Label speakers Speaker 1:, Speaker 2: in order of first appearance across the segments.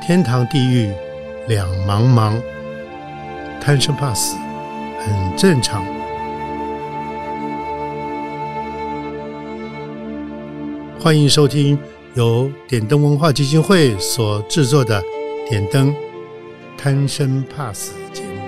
Speaker 1: 天堂地狱两茫茫，贪生怕死很正常。欢迎收听由点灯文化基金会所制作的《点灯贪生怕死》节目。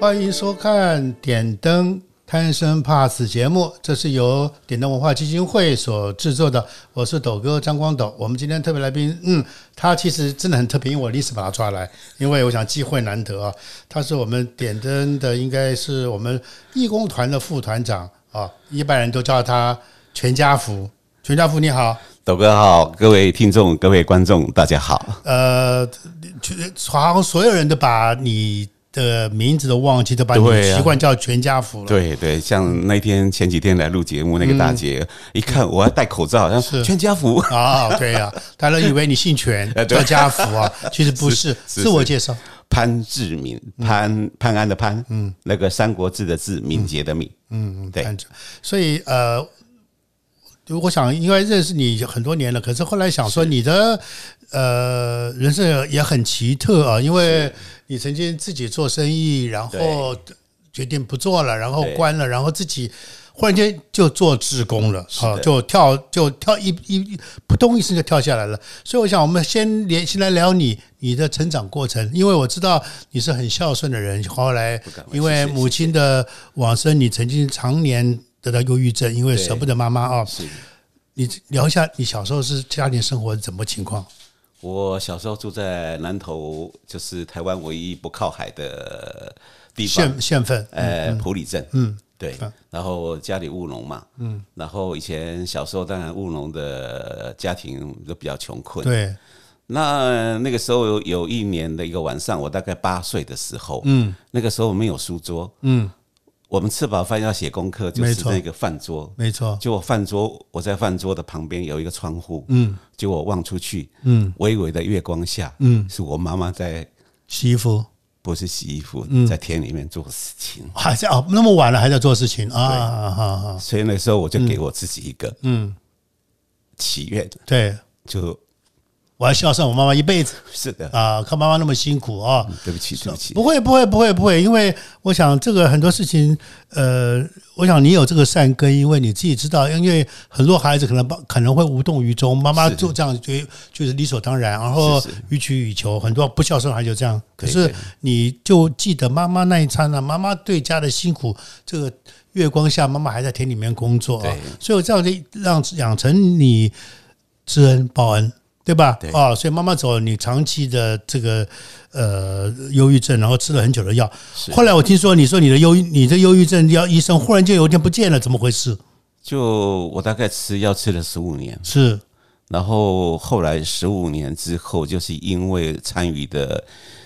Speaker 1: 欢迎收看《点灯贪生怕死》节目，这是由点灯文化基金会所制作的。我是斗哥张光斗。我们今天特别来宾，嗯，他其实真的很特别，因为我临时把他抓来，因为我想机会难得啊。他是我们点灯的，应该是我们义工团的副团长啊，一般人都叫他全家福。全家福你好，
Speaker 2: 斗哥好，各位听众、各位观众，大家 好。
Speaker 1: 呃，全好像所有人都把你的名字都忘记，都把你
Speaker 2: 对啊
Speaker 1: 习惯叫全家福了。
Speaker 2: 对对，像那天前几天来录节目那个大姐，一看我还戴口罩，好像
Speaker 1: 是
Speaker 2: 全家 福。
Speaker 1: 啊、对呀、大家都以为你姓 全
Speaker 2: 哎对
Speaker 1: 叫家福啊，其实不是，
Speaker 2: 是是
Speaker 1: 自我介绍。
Speaker 2: 潘志敏，潘潘安的潘，嗯，那个《三国志》的志，敏捷的敏，嗯，对
Speaker 1: 看着，所以呃，我想因为认识你很多年了，可是后来想说你的呃人生也很奇特啊，因为你曾经自己做生意，然后决定不做了，然后
Speaker 2: 对
Speaker 1: 关了，然后自己。忽然间就做志工了，啊，就跳就跳一一扑通一声就跳下来了。所以我想，我们先连先来聊你你的成长过程，因为我知道你是很孝顺的人，后来
Speaker 2: 敢
Speaker 1: 因为
Speaker 2: 谢谢
Speaker 1: 母亲的往生，你曾经常年得到忧郁症，因为
Speaker 2: 对
Speaker 1: 舍不得妈妈啊。
Speaker 2: 是。
Speaker 1: 你聊一下你小时候是家庭生活是怎么情况？
Speaker 2: 我小时候住在南投，就是台湾唯一不靠海的地方，
Speaker 1: 县县份
Speaker 2: 呃，普里镇，嗯，对
Speaker 1: 嗯，
Speaker 2: 然后家里务农嘛，嗯，然后以前小时候当然务农的家庭都比较穷困，
Speaker 1: 对，
Speaker 2: 那呃那个时候有有一年的一个晚上，我大概八岁的时候，嗯，那个时候没有书桌，嗯，我们吃饱饭要写功课，就
Speaker 1: 没
Speaker 2: 是
Speaker 1: 错
Speaker 2: 那个饭桌，
Speaker 1: 没错，
Speaker 2: 结果饭桌我在饭桌的旁边有一个窗户，嗯，结果望出去，嗯，微微的月光下，嗯，是我妈妈在
Speaker 1: 洗衣服
Speaker 2: 不是洗衣服，在田里面做事情，
Speaker 1: 还在哦，那么晚了还在做事情啊，哈哈，
Speaker 2: 所以那时候我就给我自己一个嗯祈愿，
Speaker 1: 对
Speaker 2: 就
Speaker 1: 我要孝顺我妈妈一辈子
Speaker 2: 是的，
Speaker 1: 啊，看妈妈那么辛苦啊。
Speaker 2: 对不起，对不起，
Speaker 1: 不会，不会，不会，不会，因为我想这个很多事情，呃，我想你有这个善根，因为你自己知道，因为很多孩子可能帮可能会无动于衷，妈妈
Speaker 2: 是
Speaker 1: 就这样觉得就是理所当然，然后
Speaker 2: 是是
Speaker 1: 予取予求，很多不孝顺孩子就这样。可
Speaker 2: 对
Speaker 1: 是
Speaker 2: 对
Speaker 1: 你就记得妈妈那一刹那，妈妈对家的辛苦，这个月光下，妈妈还在田里面工作啊
Speaker 2: 对，
Speaker 1: 所以我这样就让养成你知恩报恩，对吧？
Speaker 2: 对
Speaker 1: 啊、所以妈妈走了，你长期的这个呃忧郁症，然后吃了很久的药。
Speaker 2: 是
Speaker 1: 后来我听说你说你的忧郁，你的忧郁症药医生忽然间有一天不见了，怎么回事？
Speaker 2: 就我大概吃药吃了十五年。
Speaker 1: 是
Speaker 2: 然后后来十五年之后，就是因为参与的，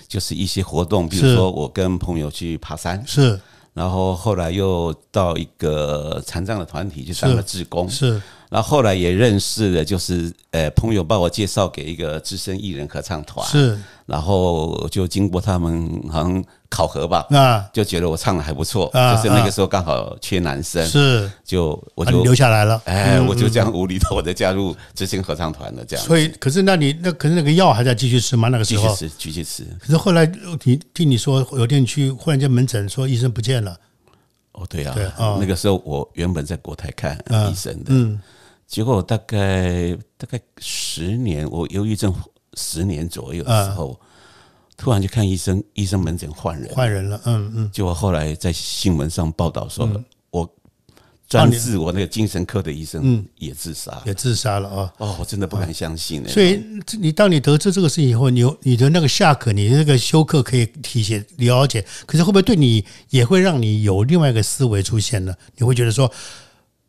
Speaker 2: 就是一些活动，比
Speaker 1: 是
Speaker 2: 如说我跟朋友去爬山，
Speaker 1: 是
Speaker 2: 然后后来又到一个残障的团体去当了志工，
Speaker 1: 是，
Speaker 2: 然后后来也认识了，就是呃朋友把我介绍给一个资深艺人合唱团，
Speaker 1: 是
Speaker 2: 然后就经过他们好像考核吧，
Speaker 1: 啊
Speaker 2: 就觉得我唱的还不错，
Speaker 1: 啊
Speaker 2: 就是那个时候刚好缺男生，
Speaker 1: 是，
Speaker 2: 就嗯我
Speaker 1: 啊你
Speaker 2: 就
Speaker 1: 留下来了。嗯
Speaker 2: 哎，我就这样无厘头的加入知心合唱团了，这样
Speaker 1: 所以，可是那你那可是那个药还在继续吃吗？那个
Speaker 2: 继
Speaker 1: 时
Speaker 2: 续
Speaker 1: 候，
Speaker 2: 吃，继续吃。
Speaker 1: 可是后来呃你听你说有一天你去忽然间门诊说医生不见了，
Speaker 2: 哦，对啊，
Speaker 1: 对啊嗯
Speaker 2: 那个时候我原本在国泰看医生的，结果大概大概十年，我忧郁症十年左右的时候，突然去看医生，医生门诊换人，
Speaker 1: 嗯换人了，嗯嗯，
Speaker 2: 结果后来在新闻上报道说，我专治我那个精神科的医生也自杀了，
Speaker 1: 嗯也自杀了啊、
Speaker 2: 哦，我真的不敢相信呢、欸
Speaker 1: 所以这你当你得知这个事情以后，你有你的那个下课，你的那个休克可以体解了解，可是会不会对你也会让你有另外一个思维出现呢？你会觉得说，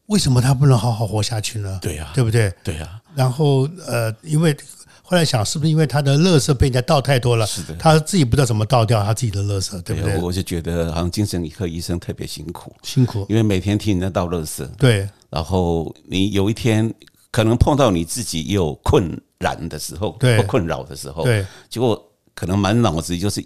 Speaker 1: 为什么他不能好好活下去呢？
Speaker 2: 对啊
Speaker 1: 对不对？
Speaker 2: 对啊，
Speaker 1: 然后呃，因为后来想，是不是因为他的垃圾被人家倒太多了，
Speaker 2: 的
Speaker 1: 他自己不知道怎么倒掉他自己的垃圾，对
Speaker 2: 对
Speaker 1: 不
Speaker 2: 啊，
Speaker 1: 对？
Speaker 2: 我就觉得好像精神科医生特别辛苦，
Speaker 1: 辛苦，
Speaker 2: 因为每天听人家倒垃圾，
Speaker 1: 对
Speaker 2: 然后你有一天可能碰到你自己也有困难的时候，
Speaker 1: 对
Speaker 2: 或困扰的时候，
Speaker 1: 对，
Speaker 2: 结果可能满脑子就是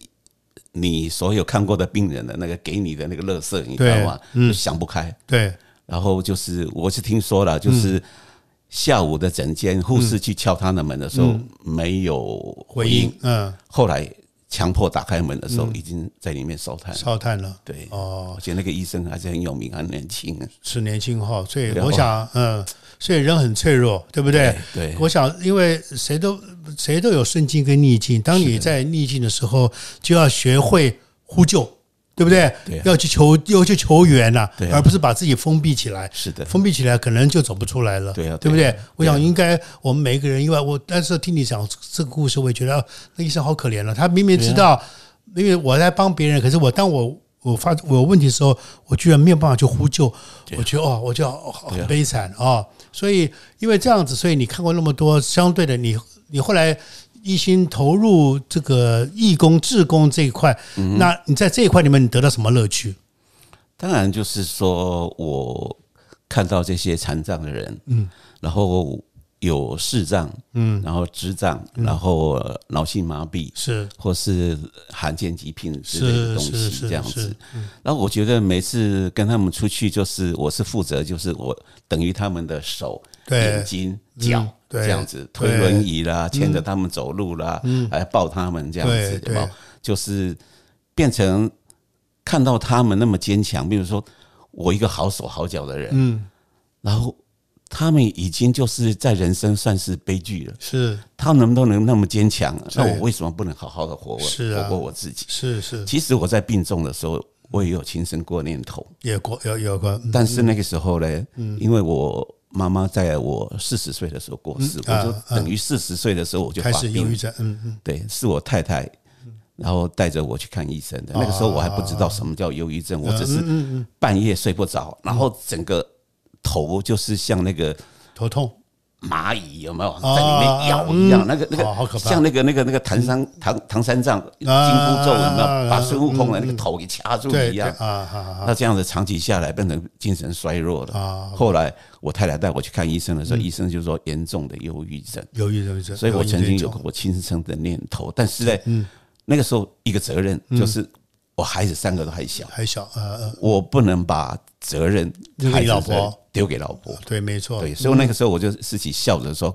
Speaker 2: 你所有看过的病人的那个给你的那个乐
Speaker 1: 嗯
Speaker 2: 色，你知道吗？就想不开。
Speaker 1: 对嗯
Speaker 2: 然后就是我是听说了，就是下午的诊间，护士去敲他的门的时候、没有
Speaker 1: 嗯回应，嗯，
Speaker 2: 后来强迫打开门的时候，已经在里面烧炭了。
Speaker 1: 烧炭了，
Speaker 2: 对，
Speaker 1: 哦，
Speaker 2: 而且那个医生还是很有名，很年轻。
Speaker 1: 是年轻化，所以
Speaker 2: 对啊
Speaker 1: 我想，嗯，所以人很脆弱，对不对？
Speaker 2: 对，
Speaker 1: 我想，因为谁都谁都有顺境跟逆境，当你在逆境的时候，就要学会呼救，对不对？
Speaker 2: 对啊
Speaker 1: 要去求，要去求援呐、
Speaker 2: 对啊
Speaker 1: 而不是把自己封闭起来。
Speaker 2: 是的，
Speaker 1: 封闭起来，可能就走不出来了，
Speaker 2: 对啊
Speaker 1: 对不
Speaker 2: 对
Speaker 1: 对？我想应该我们每一个人，因为我但是听你讲这个故事，我也觉得啊那医生好可怜了。他明明知
Speaker 2: 啊
Speaker 1: 道，因为我在帮别人，可是我当我我发我有问题的时候，我居然没有办法去呼救，我觉得哦，我就好好
Speaker 2: 啊对啊
Speaker 1: 悲惨哦。所以因为这样子，所以你看过那么多相对的，你你后来。一心投入这个义工、志工这一块，
Speaker 2: 嗯
Speaker 1: 那你在这一块里面，你得到什么乐趣？
Speaker 2: 当然就是说我看到这些残障的人，嗯，然后有视障，嗯，然后智障，然后脑性麻痹，
Speaker 1: 是
Speaker 2: 或是罕见疾病之类
Speaker 1: 是
Speaker 2: 的东
Speaker 1: 是
Speaker 2: 西
Speaker 1: 是嗯
Speaker 2: 这样
Speaker 1: 是
Speaker 2: 子。然后我觉得每次跟他们出去，就是我是负责，就是我等于他们的手、
Speaker 1: 对
Speaker 2: 眼睛、脚
Speaker 1: 嗯对
Speaker 2: 这样子，
Speaker 1: 对嗯
Speaker 2: 推轮椅啦，牵着他们走路啦，还抱他们这样
Speaker 1: 对
Speaker 2: 子，
Speaker 1: 对
Speaker 2: 有没有就是变成看到他们那么坚强，比如说我一个好手好脚的人，
Speaker 1: 嗯，
Speaker 2: 然后他们已经就是在人生算是悲剧了。
Speaker 1: 是
Speaker 2: 他们都能那么坚强，那
Speaker 1: 对
Speaker 2: 我为什么不能好好的活我
Speaker 1: 是啊
Speaker 2: 活过我自己？
Speaker 1: 是是，
Speaker 2: 其实我在病重的时候，我也有轻生过念头，
Speaker 1: 也过有有过，嗯
Speaker 2: 但是那个时候呢，因为我妈妈在我四十岁的时候过世，
Speaker 1: 嗯啊
Speaker 2: 我就等于四十岁的时候我就
Speaker 1: 开
Speaker 2: 发
Speaker 1: 始忧郁嗯
Speaker 2: 病，
Speaker 1: 症，嗯嗯，
Speaker 2: 对，是我太太。然后带着我去看医生的，
Speaker 1: 啊
Speaker 2: 那个时候我还不知道什么叫忧郁症，我只
Speaker 1: 嗯
Speaker 2: 是半夜睡不着，然后整个头就是像那个
Speaker 1: 头痛，
Speaker 2: 蚂蚁有没有在里面咬一
Speaker 1: 啊
Speaker 2: 样？那个那
Speaker 1: 哦好可
Speaker 2: 个
Speaker 1: 怕啊
Speaker 2: 像那个那个那个唐三唐唐三藏金箍咒有没有把孙悟空的那个头给掐住
Speaker 1: 嗯对
Speaker 2: 一
Speaker 1: 对
Speaker 2: 样？
Speaker 1: 啊，好好好，
Speaker 2: 那这样子长期下来，变成精神衰弱
Speaker 1: 啊嗯
Speaker 2: 了。后来我太太带我去看医生的时候，医生就说严重的忧郁症，
Speaker 1: 忧郁症，
Speaker 2: 所以
Speaker 1: 嗯忧
Speaker 2: 我
Speaker 1: 郁症嗯
Speaker 2: 曾经有
Speaker 1: 重
Speaker 2: 过轻生的念头，但是呢，那个时候一个责任
Speaker 1: 嗯
Speaker 2: 就是我孩子三个都还小，
Speaker 1: 还小，呃呃，
Speaker 2: 我不能把责任
Speaker 1: 丢给
Speaker 2: 孩子的
Speaker 1: 老婆
Speaker 2: 责任丢给老婆，
Speaker 1: 对，没错，
Speaker 2: 对，所以那个时候我就自己笑着说，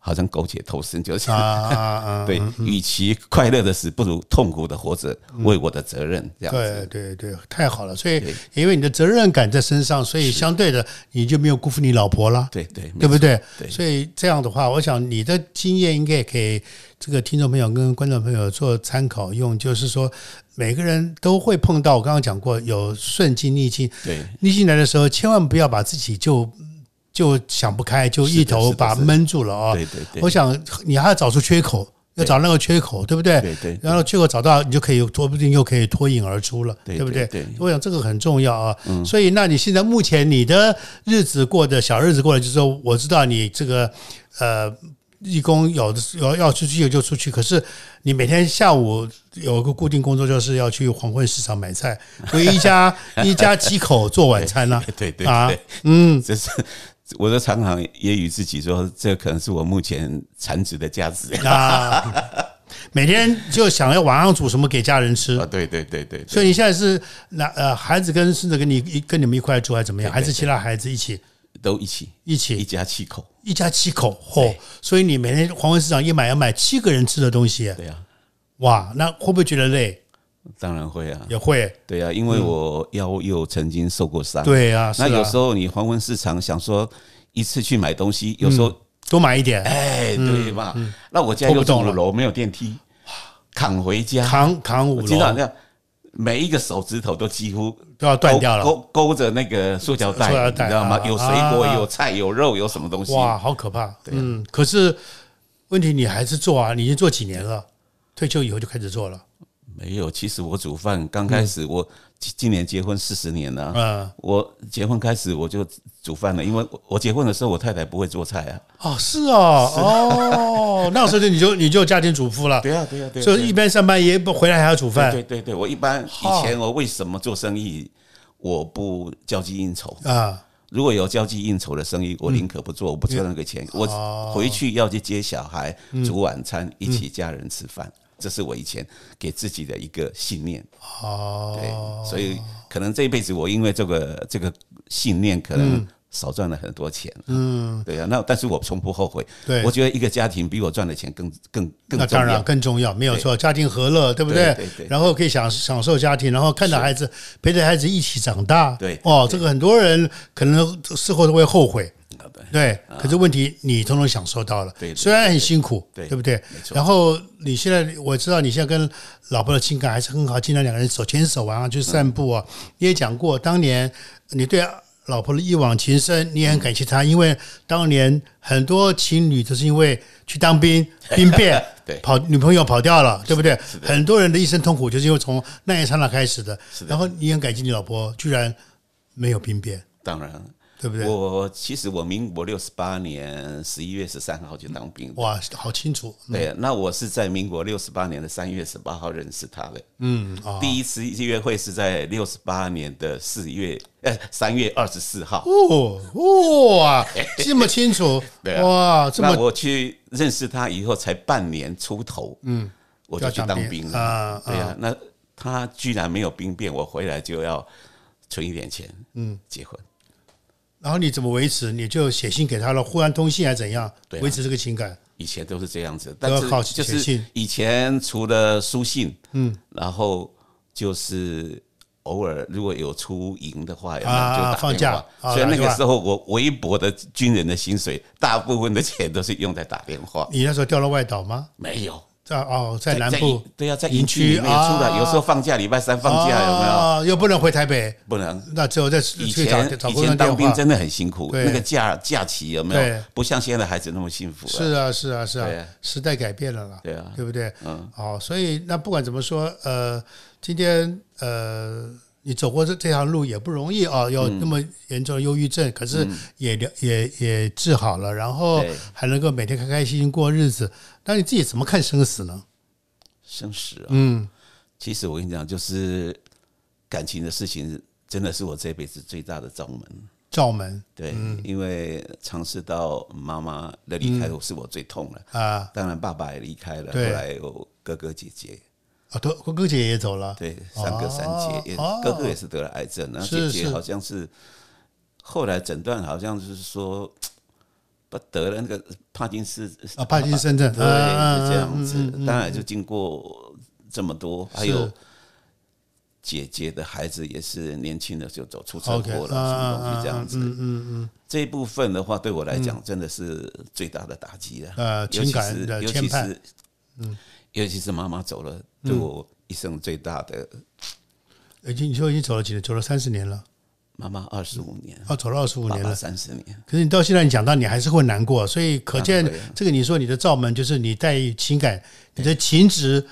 Speaker 2: 好像苟且偷生，就是
Speaker 1: 啊啊啊，
Speaker 2: 对，与其快乐的死，不如痛苦的活着，
Speaker 1: 嗯
Speaker 2: 为我的责任这样
Speaker 1: 对
Speaker 2: 子。
Speaker 1: 对对，太好了，所以因为你的责任感在身上，所以相对的你就没有辜负你老婆啦。
Speaker 2: 对对
Speaker 1: 对不对？
Speaker 2: 对
Speaker 1: 所以这样的话，我想你的经验应该也给这个听众朋友跟观众朋友做参考用，就是说每个人都会碰到，我刚刚讲过有顺境逆境，
Speaker 2: 对
Speaker 1: 逆境来的时候，千万不要把自己就就想不开，就一
Speaker 2: 是的
Speaker 1: 头
Speaker 2: 是的
Speaker 1: 把
Speaker 2: 是的
Speaker 1: 闷住了啊、
Speaker 2: 对对对
Speaker 1: 我想你还要找出缺口，要找那个缺口，对不对？
Speaker 2: 对对对
Speaker 1: 然后缺口找到，你就可以说不定又可以脱颖而出了，
Speaker 2: 对
Speaker 1: 不对？
Speaker 2: 对对嗯
Speaker 1: 我想这个很重要啊。所以，那你现在目前你的日子过的小日子过的，就是说我知道你这个呃。义工有的有要出去就出去，可是你每天下午有个固定工作，就是要去黄昏市场买菜，为一家一家几口做晚餐呢、
Speaker 2: 对对 对
Speaker 1: 啊
Speaker 2: 对，
Speaker 1: 嗯，
Speaker 2: 这是我都常常揶揄自己说，这可能是我目前产值的价值
Speaker 1: 啊，每天就想要晚上煮什么给家人 吃
Speaker 2: 啊！。对对对对，
Speaker 1: 所
Speaker 2: 以
Speaker 1: 以你现在是那呃，孩子跟孙子跟你一跟你们一块住还是怎么样？还是其他孩子一起
Speaker 2: 都一起
Speaker 1: 一
Speaker 2: 一
Speaker 1: 起
Speaker 2: 家七口，
Speaker 1: 一家七口哦？所以你每天黄昏市场一买要买七个人吃的东西，
Speaker 2: 对啊，
Speaker 1: 哇，那会不会觉得累？
Speaker 2: 当然会啊，
Speaker 1: 也会，
Speaker 2: 对啊，因为我腰又曾经受过伤，
Speaker 1: 嗯对啊，是
Speaker 2: 那有
Speaker 1: 啊
Speaker 2: 时，候你黄昏市场想说一次去买东西，有时候
Speaker 1: 多买一点，
Speaker 2: 哎，对
Speaker 1: 嗯
Speaker 2: 嘛？那我家又住五楼，没有电梯，扛回家，
Speaker 1: 扛扛五
Speaker 2: 我知道
Speaker 1: 楼
Speaker 2: 那每一个手指头都几乎
Speaker 1: 都要断掉了，
Speaker 2: 勾勾勾着那个塑胶袋，
Speaker 1: 塑胶
Speaker 2: 你
Speaker 1: 袋
Speaker 2: 知道吗
Speaker 1: 啊？
Speaker 2: 有水果，
Speaker 1: 啊
Speaker 2: 有菜，有肉，有什么东西？
Speaker 1: 哇，好可怕。
Speaker 2: 啊
Speaker 1: 嗯，可是问题你还是做啊，你已经做几年了，退休以后就开始做了，
Speaker 2: 没有，其实我煮饭刚开始，我今今年结婚四十年了。
Speaker 1: 嗯，
Speaker 2: 我结婚开始我就煮饭了，因为我我结婚的时候我太太不会做菜啊。
Speaker 1: 哦，是哦，哦，那时候就你就你就家庭主妇了，
Speaker 2: 啊，对啊，对
Speaker 1: 就一边上班也不回来还要煮饭
Speaker 2: 对对对，我一般以前我为什么做生意我不交际应酬？
Speaker 1: 啊，
Speaker 2: 如果有交际应酬的生意，我
Speaker 1: 嗯
Speaker 2: 宁可不做，我不赚那个钱，
Speaker 1: 哦
Speaker 2: 我回去要去接小孩、
Speaker 1: 嗯
Speaker 2: 煮晚餐，一起家人吃饭，这是我以前给自己的一个信念。
Speaker 1: 哦，嗯
Speaker 2: 对，所以可能这一辈子我因为这个这个信念，可能少赚了很多钱。嗯，对啊，那但是我从不后悔。
Speaker 1: 对
Speaker 2: 我觉得一个家庭比我赚的钱更更
Speaker 1: 那
Speaker 2: 更重
Speaker 1: 当然
Speaker 2: 要。
Speaker 1: 更重要，没有错，家庭和乐，对不对？
Speaker 2: 对对对
Speaker 1: 然后可以享享受家庭，然后看着孩子，陪着孩子一起长大。
Speaker 2: 对
Speaker 1: 哦，
Speaker 2: 对
Speaker 1: 这个很多人可能事后都会后悔。
Speaker 2: 啊
Speaker 1: 对，可是问题你通通享受到了，
Speaker 2: 对对
Speaker 1: 虽然很辛苦，
Speaker 2: 对
Speaker 1: 不对
Speaker 2: 没？错
Speaker 1: 然后你现在我知道你现在跟老婆的情感还是很好，经常两个人手牵手啊去散步啊。
Speaker 2: 嗯
Speaker 1: 你也讲过，当年你对老婆的一往情深，你也很感谢她，因为当年很多情侣都是因为去当 兵、兵变
Speaker 2: 对
Speaker 1: 跑女朋友跑掉了，对不对？很多人的一生痛苦就是因为从那一刹那开始的。然后你很感激你老婆，居然没有兵变，
Speaker 2: 当然，
Speaker 1: 对不对？
Speaker 2: 我其实我民国六十八年十一月十三号就当兵的。
Speaker 1: 哇，好清楚，
Speaker 2: 对，那我是在民国六十八年的三月十八号认识他的。
Speaker 1: 嗯啊，
Speaker 2: 第一次约会是在六十八年的四月，呃，三月二十四号。
Speaker 1: 哦哇，这么清楚，
Speaker 2: 对啊
Speaker 1: 哇，这
Speaker 2: 那
Speaker 1: 么
Speaker 2: 我去认识他以后才半年出头，嗯，我就去当兵了。
Speaker 1: 啊
Speaker 2: 对呀、那他居然没有兵变，我回来就要存一点钱，嗯，结婚。
Speaker 1: 然后你怎么维持？你就写信给他了，互相通信还是怎样？
Speaker 2: 对啊
Speaker 1: 维持这个情感，
Speaker 2: 以前都是这样子，
Speaker 1: 都要
Speaker 2: 但
Speaker 1: 靠
Speaker 2: 是就
Speaker 1: 写
Speaker 2: 是
Speaker 1: 信
Speaker 2: 以前除了书信，嗯，然后就是偶尔如果有出营的话，要不然就打
Speaker 1: 放
Speaker 2: 电
Speaker 1: 假
Speaker 2: 话。
Speaker 1: 啊
Speaker 2: 所以那
Speaker 1: 打电
Speaker 2: 个
Speaker 1: 话
Speaker 2: 时候我微薄的军人的薪水，大部分的钱都是用在打电话，
Speaker 1: 你那时候调到外岛吗？
Speaker 2: 没有。
Speaker 1: 在哦，在
Speaker 2: 在
Speaker 1: 南
Speaker 2: 在
Speaker 1: 部
Speaker 2: 营对呀、啊在
Speaker 1: 营
Speaker 2: 营区里
Speaker 1: 区
Speaker 2: 面出来，
Speaker 1: 啊
Speaker 2: 有时候放假，礼拜三放假有没有？
Speaker 1: 有？哦又不能回台北，
Speaker 2: 不能。
Speaker 1: 那只有在
Speaker 2: 以
Speaker 1: 去找
Speaker 2: 前
Speaker 1: 找
Speaker 2: 以
Speaker 1: 工作
Speaker 2: 前当
Speaker 1: 电
Speaker 2: 兵
Speaker 1: 话。
Speaker 2: 真的很辛苦，
Speaker 1: 对
Speaker 2: 那个假假期有没
Speaker 1: 对
Speaker 2: 有？不像现在孩子那么幸福、啊。
Speaker 1: 是啊，是啊，是啊
Speaker 2: 对啊，
Speaker 1: 时代改变了啦，
Speaker 2: 对啊
Speaker 1: 对不对？
Speaker 2: 嗯，
Speaker 1: 好，所以那不管怎么说，呃，今天呃，你走过这这条路也不容易
Speaker 2: 嗯
Speaker 1: 啊，有那么严重的忧郁症，可是也了也也治好了，然后
Speaker 2: 对
Speaker 1: 还能够每天开开心心过日子。那你自己怎么看生死呢？
Speaker 2: 生死啊。
Speaker 1: 嗯，
Speaker 2: 其实我跟你讲，就是感情的事情，真的是我这辈子最大的罩门。
Speaker 1: 罩门
Speaker 2: 对，
Speaker 1: 嗯
Speaker 2: 因为尝试到妈妈的离开，是我最痛了。
Speaker 1: 啊，
Speaker 2: 当然，爸爸也离开了，后
Speaker 1: 对
Speaker 2: 来有哥哥姐姐，
Speaker 1: 啊，都哥哥姐姐也走了，
Speaker 2: 对，三哥三
Speaker 1: 哦
Speaker 2: 姐，也
Speaker 1: 哦
Speaker 2: 哥哥也是得了癌症，然后
Speaker 1: 是
Speaker 2: 姐
Speaker 1: 是
Speaker 2: 姐好像是后来诊断好像就是说。不得了那个帕金斯
Speaker 1: 啊帕金森症
Speaker 2: 对，
Speaker 1: 嗯
Speaker 2: 是这样
Speaker 1: 嗯嗯
Speaker 2: 子。当然就经过这么多，还有姐姐的孩子也是年轻的就走出车
Speaker 1: ，OK，
Speaker 2: 祸了，
Speaker 1: 啊啊
Speaker 2: 什么东西这样子。
Speaker 1: 嗯嗯嗯，
Speaker 2: 这一部分的话，对我来讲真的是最大的打击了。啊
Speaker 1: 呃
Speaker 2: 尤
Speaker 1: 情
Speaker 2: 其
Speaker 1: 感
Speaker 2: 是
Speaker 1: 的
Speaker 2: 尤
Speaker 1: 牵
Speaker 2: 其
Speaker 1: 绊
Speaker 2: 是，尤其是妈妈走了，对我一生最大的
Speaker 1: 嗯已经你说已经走了几年？走了三十年了，
Speaker 2: 妈妈二十五年，
Speaker 1: 哦，走了二十五
Speaker 2: 爸
Speaker 1: 年了
Speaker 2: 爸。三十年，
Speaker 1: 可是你到现在你讲到你还是会难过，所以可见
Speaker 2: 当然会啊
Speaker 1: 这个你说你的罩门就是你带情感，你的情执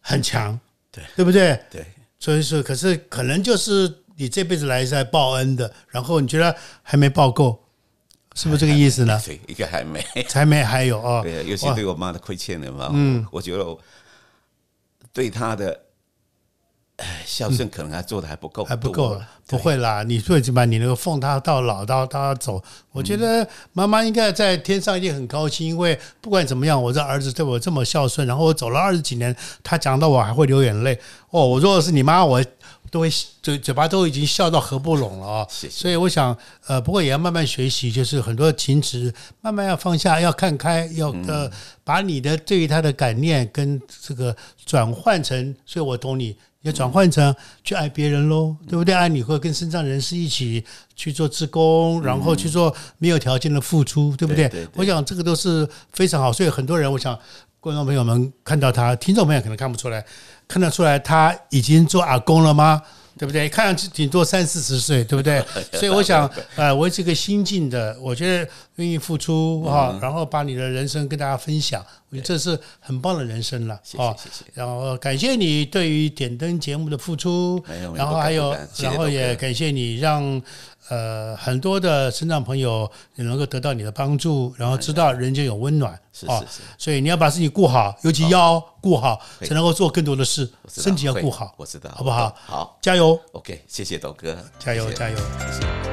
Speaker 1: 很强，
Speaker 2: 对
Speaker 1: 对不对？
Speaker 2: 对，
Speaker 1: 所以说，可是可能就是你这辈子来是来报恩的，然后你觉得还没报够，是不是这个意思呢？
Speaker 2: 对，一个还没，
Speaker 1: 才没还有啊、
Speaker 2: 对，尤其
Speaker 1: 哇
Speaker 2: 对我妈的亏欠的嘛，嗯，我觉得我对她的。哎，孝顺可能还做的还不够，
Speaker 1: 嗯还不够
Speaker 2: 多，
Speaker 1: 不会啦，你最起码你能够奉他到老到到他走，我觉得妈妈应该在天上一定很高兴，因为不管怎么样，我这儿子对我这么孝顺，然后我走了二十几年，他讲到我还会流眼泪。哦，我如果是你妈，我都会嘴嘴巴都已经笑到合不拢了啊、
Speaker 2: 谢谢
Speaker 1: 所以我想，呃，不过也要慢慢学习，就是很多情执慢慢要放下，要看开，要
Speaker 2: 嗯
Speaker 1: 呃，把你的对于他的感念跟这个转换成，所以我懂你，也转换成去爱别人喽，
Speaker 2: 嗯
Speaker 1: 对不对？爱你会跟身障人士一起去做志
Speaker 2: 嗯
Speaker 1: 工，然后去做没有条件的付出，对不对？
Speaker 2: 对对对
Speaker 1: 我想这个都是非常好，所以很多人，我想观众朋友们看到他，听众朋友可能看不出来，看得出来他已经做阿公了吗？对不对？看上去顶多三四十岁，对不 对？所以我想，呃，我是个新进的，我觉得愿意付出
Speaker 2: 嗯
Speaker 1: 哈、然后把你的人生跟大家分享，我觉得这是很棒的人生了
Speaker 2: 谢
Speaker 1: 哦
Speaker 2: 谢谢谢，
Speaker 1: 然后感谢你对于点灯节目的付出
Speaker 2: 没有，没有
Speaker 1: 然后
Speaker 2: 不敢
Speaker 1: 还有
Speaker 2: 不敢，谢谢
Speaker 1: 然后
Speaker 2: 董
Speaker 1: 也
Speaker 2: 哥
Speaker 1: 感谢你让呃很多的身障朋友也能够得到你的帮助，然后知道人间有温暖
Speaker 2: 是
Speaker 1: 哦
Speaker 2: 是是
Speaker 1: 所以你要把自己顾好，尤其腰顾好，
Speaker 2: 会
Speaker 1: 才能够做更多的事，
Speaker 2: 我知道
Speaker 1: 身体要
Speaker 2: 会
Speaker 1: 顾好，
Speaker 2: 我知道，
Speaker 1: 好不好？
Speaker 2: 好
Speaker 1: 加油，
Speaker 2: ，OK，谢谢豆哥，
Speaker 1: 加油，
Speaker 2: 谢谢
Speaker 1: 加油！
Speaker 2: 谢谢。